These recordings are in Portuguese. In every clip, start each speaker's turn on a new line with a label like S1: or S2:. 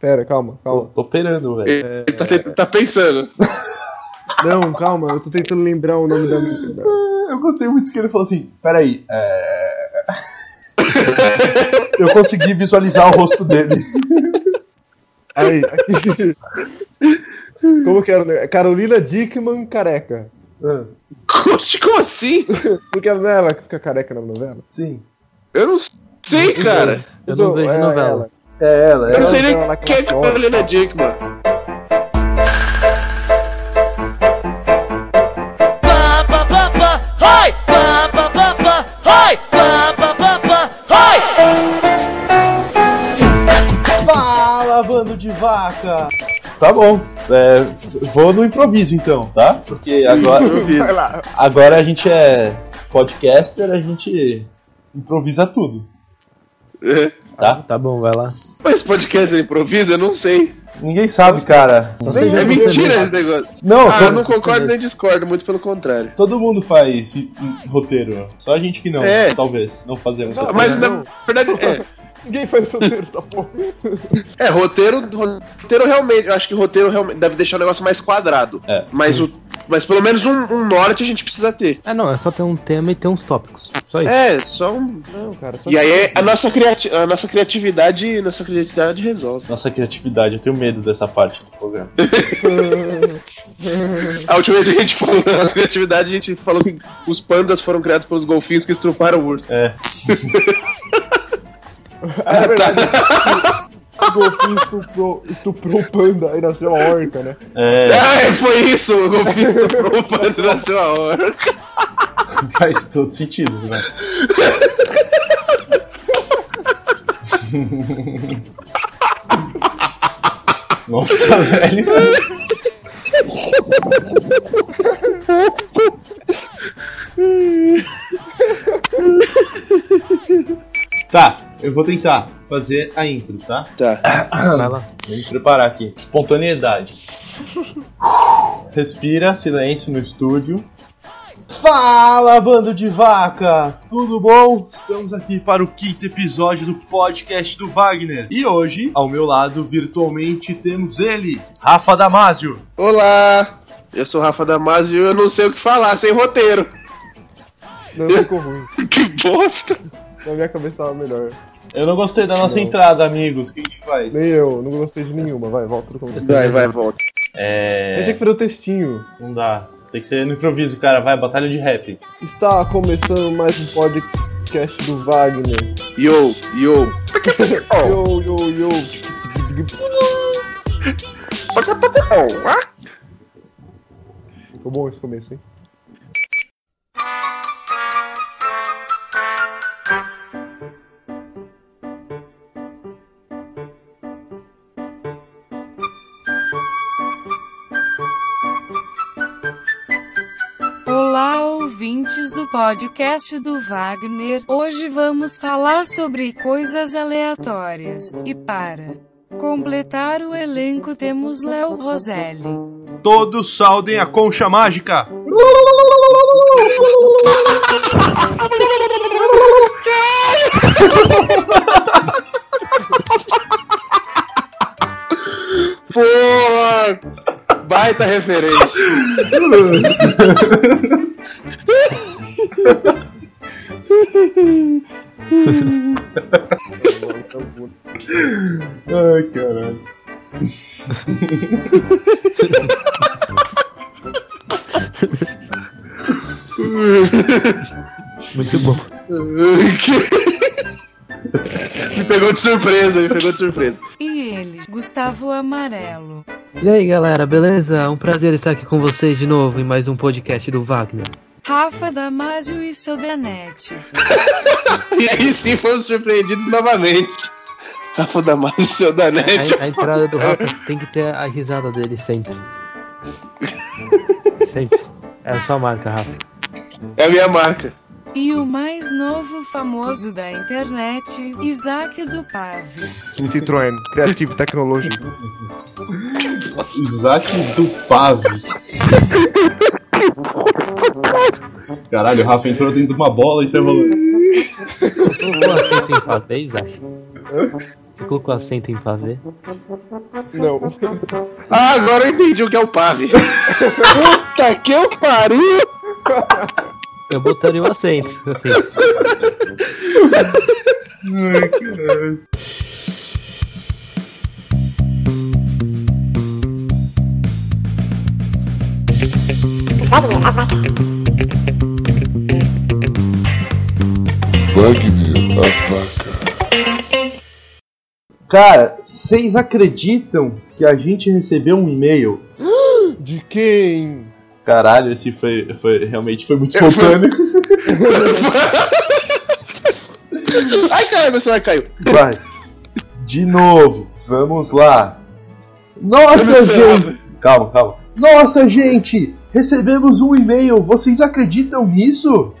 S1: Pera, calma,
S2: Pô,
S1: calma.
S2: tô operando, velho.
S3: Ele tá, tent- tá pensando.
S1: Não, calma, eu tô tentando lembrar o nome da. da-
S2: Eu gostei muito que ele falou assim: peraí, é. Eu consegui visualizar o rosto dele.
S1: Aí. Como que era o negócio? Carolina Dickman careca.
S2: Ah,
S3: Como assim?
S1: Não quero não é ela que fica careca na novela?
S2: Sim.
S3: Eu não sei, cara.
S4: Eu não vejo
S1: é
S4: novela.
S1: ela.
S2: É ela,
S3: Eu não
S2: ela.
S3: sei nem
S1: ela lá que
S3: quem é
S1: ela sobe.
S3: Carolina Dickman.
S2: Fala, bando de vaca! assim, Tá bom. É, vou no improviso então, tá? Porque agora,
S1: Vai lá.
S2: agora a gente é podcaster, a gente improvisa tudo, tá?
S4: Tá bom, vai lá.
S3: É. Mas esse podcast é improviso? Eu não sei.
S2: Ninguém sabe, cara.
S1: Nem
S3: É
S1: eu
S3: mentira esse negócio.
S2: Não,
S3: Ah, eu
S2: todo,
S3: não concordo nem discordo, muito pelo contrário.
S2: todo mundo faz i- i- roteiro. Só a gente que não,
S3: É.
S2: talvez. Não fazemos.
S1: Não,
S3: Mas
S1: Não.
S3: na verdade, é.
S1: Ninguém faz solteiro essa porra.
S3: É, roteiro, roteiro realmente. Eu acho que roteiro realmente deve deixar o negócio mais quadrado.
S2: É.
S3: Mas, o, mas pelo menos um, um norte a gente precisa ter.
S4: É, não, é só ter um tema e ter uns tópicos. Só isso.
S3: É, só um.
S1: Não, cara. só-
S3: E aí a nossa, criati a nossa criatividade. Nossa criatividade resolve.
S2: Nossa criatividade, eu tenho medo dessa parte do programa.
S3: A última vez que a gente falou da nossa criatividade, a gente falou que os pandas foram criados pelos golfinhos que estruparam o urso.
S2: É.
S1: É verdade. O golfinho estuprou, estuprou o panda, aí nasceu a orca, né?
S2: É,
S3: Ah, foi isso! O golfinho estuprou o panda nasceu a hora.
S2: faz todo sentido, né? Nossa, velho. Tá, eu vou tentar fazer a intro, tá?
S3: Tá.
S4: Vai lá.
S2: Vou me preparar aqui. Espontaneidade. Respira, silêncio no estúdio. Fala, bando de vaca! Tudo bom? Estamos aqui para o quinto episódio do podcast do Wagner. E hoje, ao meu lado, virtualmente, temos ele, Rafa Damasio.
S3: Olá! Eu sou o Rafa Damasio e eu não sei o que falar sem roteiro.
S1: Não ficou ruim.
S3: Que bosta!
S1: Na minha cabeça tava melhor.
S2: Eu não gostei da nossa
S1: Não.
S2: entrada, amigos. O que a gente faz?
S1: Nem eu, não gostei de nenhuma. Vai, volta no começo.
S3: Vai, vai, volta.
S2: É.
S1: Mas tem que fazer o textinho.
S2: Não dá. Tem que ser no improviso, cara. Vai, batalha de rap.
S1: Está começando mais um podcast do Wagner.
S3: Yo, yo. Oh.
S1: Yo, yo, yo.
S3: Oh, ah.
S1: Ficou bom esse começo, hein?
S5: Olá, ouvintes do podcast do Wagner. Hoje vamos falar sobre coisas aleatórias. E para completar o elenco temos Léo Roselli.
S2: Todos saudem a concha mágica.
S3: Porra! Baita referência.
S2: Ai, caralho.
S4: Muito bom.
S3: me pegou de surpresa, me pegou de surpresa.
S5: E ele, Gustavo Amarelo.
S4: E aí, galera, beleza? É um prazer estar aqui com vocês de novo em mais um podcast do Wagner.
S5: Rafa Damasio e Sodanete.
S3: E aí sim fomos surpreendidos novamente. Rafa Damasio e seu
S4: A,
S3: Danete.
S4: a entrada do Rafa tem que ter a risada dele sempre. Sempre. É a sua marca, Rafa.
S3: É a minha marca.
S5: E o mais novo famoso da internet, Isaac do Pave.
S1: Citroën, Creative Technology.
S2: Isaac do Pave. Caralho, o Rafa entrou dentro de uma bola e você falou.
S4: Eu tô assim sem fato, é Isaac. Você colocou acento em pavê?
S1: Não.
S3: Ah, agora eu entendi o que é o pave. Puta que eu pariu!
S4: Eu botaria um acento. assim.
S2: Ai, caralho. Cara, vocês acreditam que a gente recebeu um e-mail?
S1: De quem?
S2: Caralho, esse foi, foi realmente foi muito espontâneo.
S3: Ai, caiu, meu celular caiu.
S2: Vai. De novo, vamos lá. Nossa, gente! Calma, calma. Nossa, gente! Recebemos um e-mail, vocês acreditam nisso?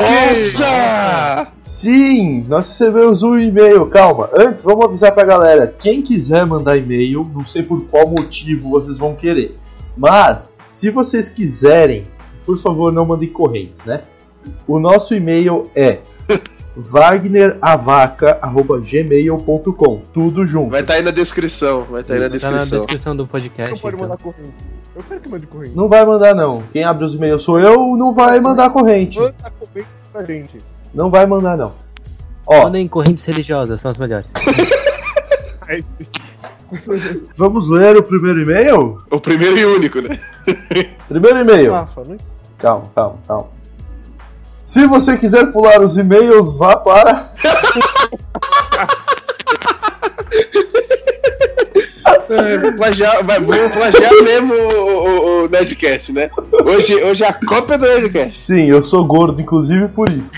S3: Nossa!
S2: Sim, nós recebemos um e-mail. Calma, antes vamos avisar pra galera. Quem quiser mandar e-mail, não sei por qual motivo vocês vão querer. Mas, se vocês quiserem, por favor, não mandem correntes, né? O nosso e-mail é wagneravaca.gmail.com. Tudo junto.
S3: Vai estar aí na descrição. Vai estar aí na
S4: Tá na
S3: descrição.
S4: descrição do podcast.
S1: Não pode
S4: então.
S1: mandar corrente. Eu quero que mande corrente.
S2: Não vai mandar, não. Quem abre os e-mails sou eu, não vai mandar corrente.
S1: Manda corrente pra gente.
S2: Não vai mandar, não. Ó,
S4: Mandem correntes religiosas, são as melhores.
S2: vamos ler o primeiro e-mail?
S3: O primeiro e único, né?
S2: Primeiro e-mail.
S1: Rafa, não é
S2: Calma, calma, calma. Se você quiser pular os e-mails, vá para.
S3: É, vou plagiar, vai, vou plagiar um mesmo o, o- o Nerdcast, né? Hoje, hoje é a cópia do Nerdcast.
S2: Sim, eu sou gordo, inclusive por isso.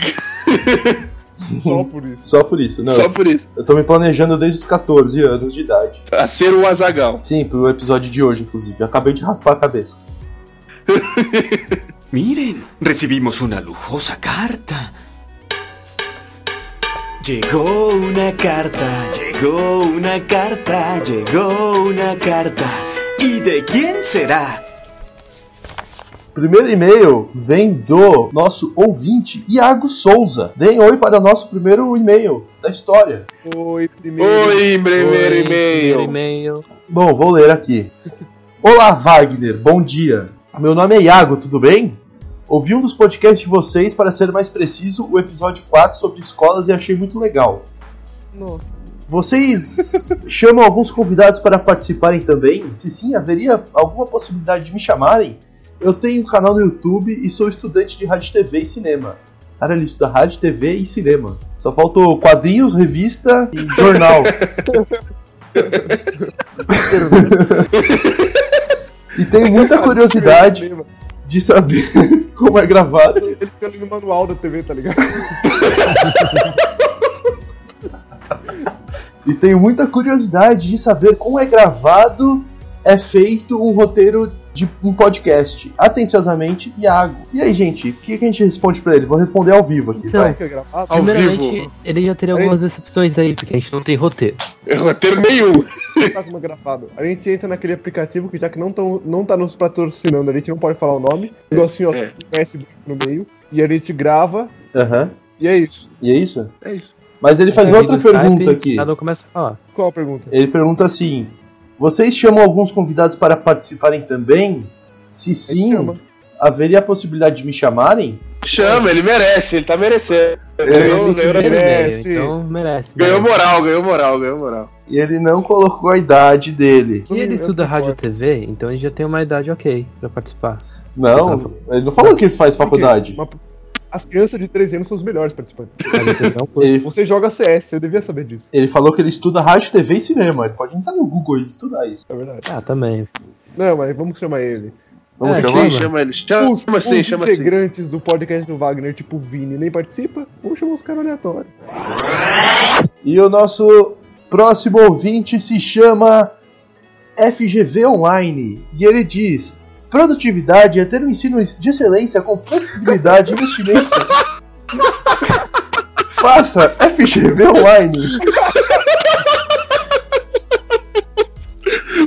S1: só por isso.
S2: Só por isso, não.
S3: Só por isso.
S2: Eu tô me planejando desde os 14 anos de idade.
S3: A ser o Azagal.
S2: Sim, pro episódio de hoje, inclusive. Eu acabei de raspar a cabeça.
S6: Miren, recibimos una lujosa carta. Llegó una carta, llegó una carta, llegó una carta. ¿Y de quién será?
S2: Primeiro e-mail vem do nosso ouvinte, Iago Souza. Deem oi para o nosso primeiro e-mail da história.
S1: Oi, primeiro.
S3: Oi, primeiro
S4: Oi,
S3: e-mail.
S4: Primeiro e-mail.
S2: Bom, vou ler aqui. Olá, Wagner, bom dia. Meu nome é Iago, tudo bem? Ouvi um dos podcasts de vocês, para ser mais preciso, o episódio 4 sobre escolas e achei muito legal.
S1: Nossa.
S2: Vocês chamam alguns convidados para participarem também? Se sim, haveria alguma possibilidade de me chamarem? Eu tenho um canal no YouTube e sou estudante de rádio, TV e cinema. Cara, ele estuda rádio, TV e cinema. Só faltou quadrinhos, revista e jornal. e tenho muita curiosidade de saber como é gravado.
S1: Ele fica ali no manual da TV, tá ligado?
S2: E tenho muita curiosidade de saber como é gravado, é feito um roteiro de um podcast. Atenciosamente, Iago. E aí, gente, o que, que a gente responde pra ele? Vou responder ao vivo aqui,
S4: Então,
S2: vai.
S1: Fica é gravado.
S3: Ao
S4: Primeiramente,
S3: vivo.
S4: ele já teria algumas decepções aí, porque a gente não tem roteiro.
S3: Eu roteiro nenhum.
S1: tá como é gravado. A gente entra naquele aplicativo que já que não, tão, não tá nos patrocinando, a gente não pode falar o nome. Um Negocinho, ó,
S3: É.
S1: com S no meio. E a gente grava.
S2: Aham.
S1: E é isso.
S2: E é isso?
S3: É isso.
S2: Mas ele faz
S4: Aí
S2: outra
S4: no Skype,
S2: pergunta aqui.
S4: Cada um começa a falar.
S1: Qual a pergunta?
S2: Ele pergunta assim: Vocês chamam alguns convidados para participarem também? Se sim,
S1: chama.
S2: haveria a possibilidade de me chamarem?
S3: Chama, ele merece, ele tá merecendo. Ganhou, ganhou,
S4: Ele
S3: ganhou,
S1: merece.
S4: Então merece.
S3: moral, ganhou moral, ganhou moral.
S2: E ele não colocou a idade dele.
S4: Se ele estuda rádio e TV, então ele já tem uma idade ok pra participar.
S2: Não, ele não falou que ele faz faculdade.
S1: Uma- As crianças de 13 anos são os melhores participantes.
S4: Rádio e TV é um curso.
S2: Ele
S1: Você joga CS, eu devia saber disso.
S2: Ele falou que ele estuda rádio, TV e cinema. Ele pode entrar no Google e estudar isso.
S1: É verdade.
S4: Ah, também.
S1: Não, mas vamos chamar ele.
S4: Vamos
S2: Vamos
S4: É,
S2: chamar?
S4: chamar?
S3: Quem
S4: mano.
S3: chama ele? Chama,
S1: os
S3: chama assim,
S1: os
S3: chama assim.
S1: integrantes do podcast do Wagner, tipo Vini, nem participa. Vamos chamar os caras aleatórios.
S2: E o nosso próximo ouvinte se chama FGV Online. E ele diz: produtividade é ter um ensino de excelência com flexibilidade e investimento. Passa FGV Online.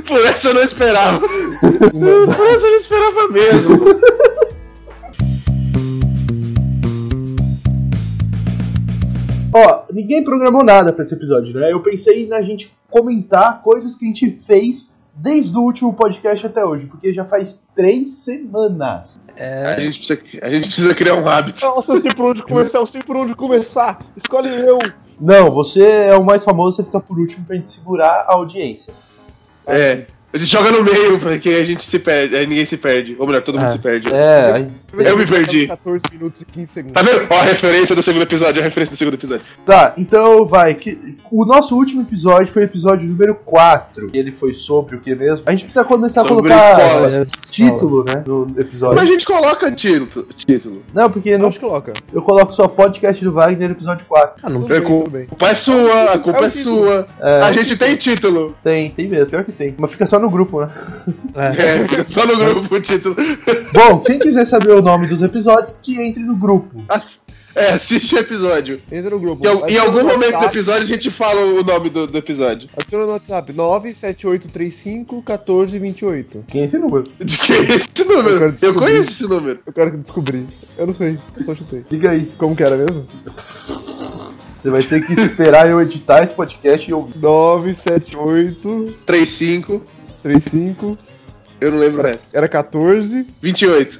S3: Por essa eu não esperava.
S2: E manda-
S3: Por essa eu não esperava mesmo.
S2: Ó, ninguém programou nada pra esse episódio, né? Eu pensei na gente comentar coisas que a gente fez desde o último podcast até hoje, porque já faz três semanas.
S3: A gente precisa, a gente precisa criar um hábito.
S1: Nossa, eu sei por onde começar, eu sei por onde começar. Escolhe eu.
S2: Não, você é o mais famoso, você fica por último pra gente segurar a audiência.
S3: É. A gente joga no meio, porque a gente se perde, aí ninguém se perde. Ou melhor, todo mundo se perde.
S2: É, aí-
S3: Eu me perdi.
S1: 14 minutos e 15 segundos.
S3: Tá vendo? Ó, a referência do segundo episódio, a referência do segundo episódio.
S2: Tá, então vai. Que, o nosso último episódio foi o episódio número 4. E ele foi sobre o que mesmo? A gente precisa começar
S3: Sobre
S2: a colocar
S3: escola.
S2: título, né? Do episódio.
S3: Mas a gente coloca título. título.
S2: Não, porque não,
S1: Onde coloca?
S2: eu coloco só podcast do Wagner episódio 4.
S4: Ah, não
S1: Tudo bem,
S3: Eu com-
S1: tudo bem.
S3: A culpa é sua, a culpa é sua.
S2: É,
S3: A gente tem título.
S2: tem, tem mesmo, pior que tem. Mas fica só no grupo, né?
S4: é.
S3: É, fica só no grupo o título.
S2: Bom, quem quiser saber o nome dos episódios, que entre no grupo.
S3: Ass- É, assiste o episódio.
S1: Entra no grupo.
S3: Em, al- em
S1: Adiciona
S3: algum
S1: no
S3: momento do
S1: WhatsApp,
S3: episódio a gente fala o nome do, do episódio.
S1: Adiciona no WhatsApp 978351428.
S2: Quem é esse número?
S3: De que é esse número?
S1: Eu
S3: Eu,
S1: quero descobrir.
S3: conheço esse número.
S1: Eu quero descobrir. Eu não sei, eu só chutei.
S2: Liga aí.
S1: Como que era mesmo?
S2: Você vai ter que esperar eu editar esse podcast e ouvir.
S1: 97835.
S3: 35, eu não lembro dessa.
S1: Era 14.
S3: 28.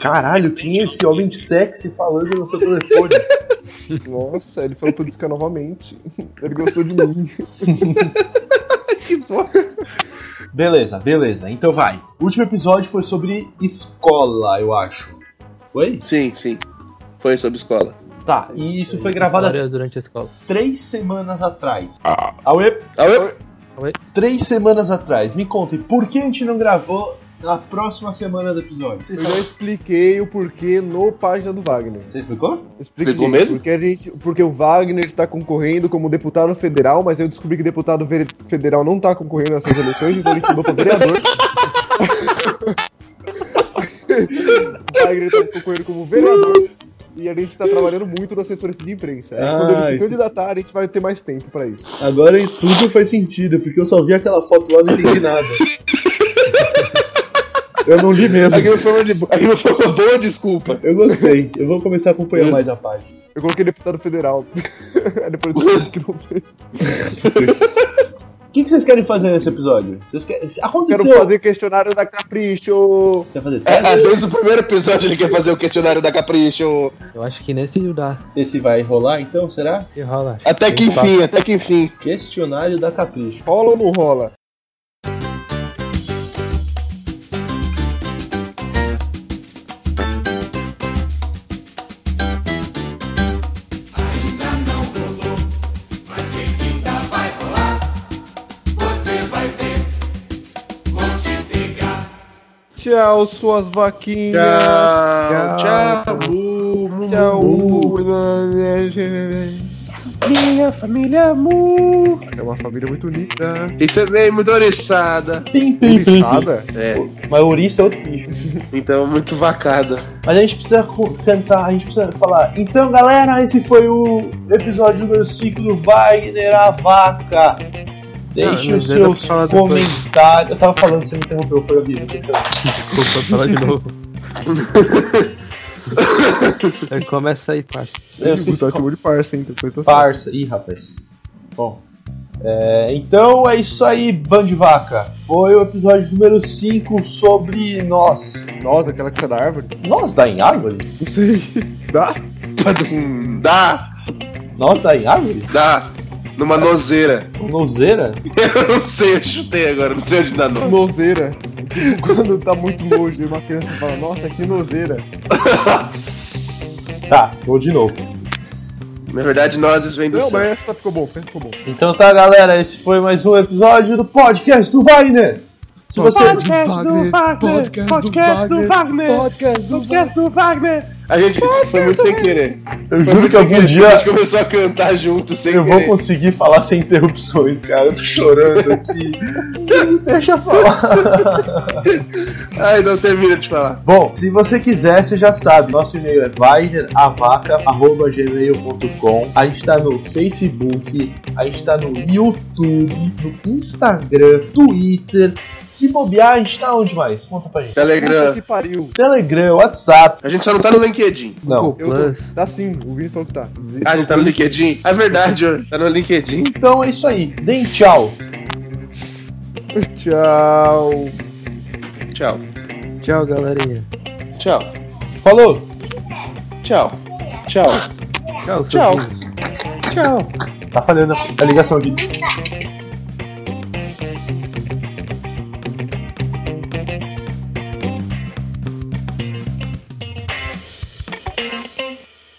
S2: Caralho, quem é esse homem sexy falando no seu telefone?
S1: Nossa, ele falou pra eu discar novamente. Ele gostou de mim. que bosta.
S2: Beleza, beleza. Então vai. O último episódio foi sobre escola, eu acho. Foi?
S3: Sim, sim. Foi sobre escola.
S2: Tá, e isso foi gravado há
S4: História durante a escola.
S2: três semanas atrás. Aue,
S3: Ah, eu-
S2: três semanas atrás. Me contem, por que a gente não gravou na próxima semana do episódio? Você,
S1: Eu já expliquei o porquê no página do Wagner.
S2: você explicou?
S1: Expliquei
S3: Explicou mesmo?
S1: Porque, a gente, porque o Wagner está concorrendo como deputado federal, mas eu descobri que deputado ve- federal não está concorrendo nessas eleições, então ele mudou para vereador. o Wagner está concorrendo como vereador. E a gente está trabalhando muito na assessoria de imprensa. Aí, quando ele
S2: Ai.
S1: se candidatar, a gente vai ter mais tempo para isso.
S2: Agora tudo faz sentido, porque eu só vi aquela foto lá e não entendi nada. É eu não li mesmo.
S3: Aquilo foi uma, de... Aquilo foi uma boa desculpa.
S2: Eu gostei. Eu vou começar a acompanhar mais a página.
S1: Eu coloquei deputado federal. Aí depois eu descobri que não
S2: O que, que vocês querem fazer nesse episódio? Vocês querem... Aconteceu.
S1: Quero um fazer questionário da Capricho.
S2: Quer fazer
S3: É,
S2: teste?
S3: ah, desde o primeiro episódio ele quer fazer o questionário da Capricho.
S4: Eu acho que nesse dá.
S2: Esse vai rolar então, será?
S4: Se rola.
S2: Ah,
S4: acho.
S3: Até que
S4: Tem papo.
S3: enfim, até que enfim.
S2: Questionário da Capricho.
S1: Rola ou não rola? Tchau, suas vaquinhas.
S3: Tchau, tchau.
S1: Tchau.
S3: Minha família mu.
S1: É uma família muito unida.
S3: E também muito oriçada.
S2: Pim, pim, pim.
S1: Pensada.
S3: É,
S2: Mas ouriço é outro bicho.
S3: então muito vacada.
S2: Mas a gente precisa co- cantar, a gente precisa falar. Então, galera, esse foi o episódio número 5 do Wagner a Vaca. Deixe
S4: Não, não
S2: os
S4: deu pra
S2: seus
S4: falar depois.
S2: comentários. Eu tava falando, você me interrompeu, foi a vida.
S4: Desculpa, falar de novo. Aí Então, Começa aí, parça.
S2: Eu
S1: O Gustavo
S2: esqueci.
S1: chamou de parça, hein? Depois tá certo.
S2: Parça. Ih, rapaz. Bom. é, então é isso aí, Band de Vaca. Foi o episódio número 5 sobre nós.
S1: Nossa, aquela que tá da árvore.
S2: Nós dá em árvore?
S1: Não sei. Dá?
S3: Padum, Dá,
S2: Nós dá em árvore?
S3: dá. Numa nozeira.
S2: Com Nozeira?
S3: Eu não sei, eu chutei agora, não sei onde dá não.
S1: Nozeira. Tipo, quando tá muito nojo e uma criança fala, nossa, que nozeira.
S2: Tá, vou de novo.
S3: Na verdade, nozes vem do
S1: Não,
S3: céu.
S1: mas essa ficou bom, essa ficou bom.
S2: Então tá, galera, esse foi mais um episódio do podcast do Wagner. Se você
S1: é podcast, do Wagner, podcast do Wagner.
S3: A gente foi muito sem querer.
S2: eu
S3: Foi
S2: juro
S3: muito
S2: que algum
S3: sem querer, A
S2: dia
S3: gente começou a cantar junto sem
S2: eu vou
S3: querer.
S2: conseguir falar sem interrupções, cara. Eu tô chorando aqui. Me Deixa eu falar.
S3: Ai, não termina de falar.
S2: Bom, se você quiser, você já sabe. Nosso e-mail é wagneravaca.gmail.com A gente tá no Facebook, a gente tá no YouTube, no Instagram, Twitter, Se bobear, a gente tá onde mais? Conta pra gente.
S1: Puta
S3: Telegram.
S1: que pariu.
S2: Telegram, WhatsApp.
S3: A gente só não tá no LinkedIn.
S2: Não.
S1: Eu tô...
S4: Plus.
S1: Tá sim, o Vini falou que tá.
S3: Ah, a gente tá no LinkedIn? É verdade, ó. Tá no LinkedIn.
S2: Então é isso aí. Deem tchau.
S1: Tchau.
S3: Tchau.
S4: Tchau, galerinha.
S3: Tchau.
S2: Falou!
S3: Tchau. Tchau.
S4: Tchau,
S3: Tchau.
S4: sobrinhos.
S3: Tchau.
S2: Tá falhando a ligação aqui.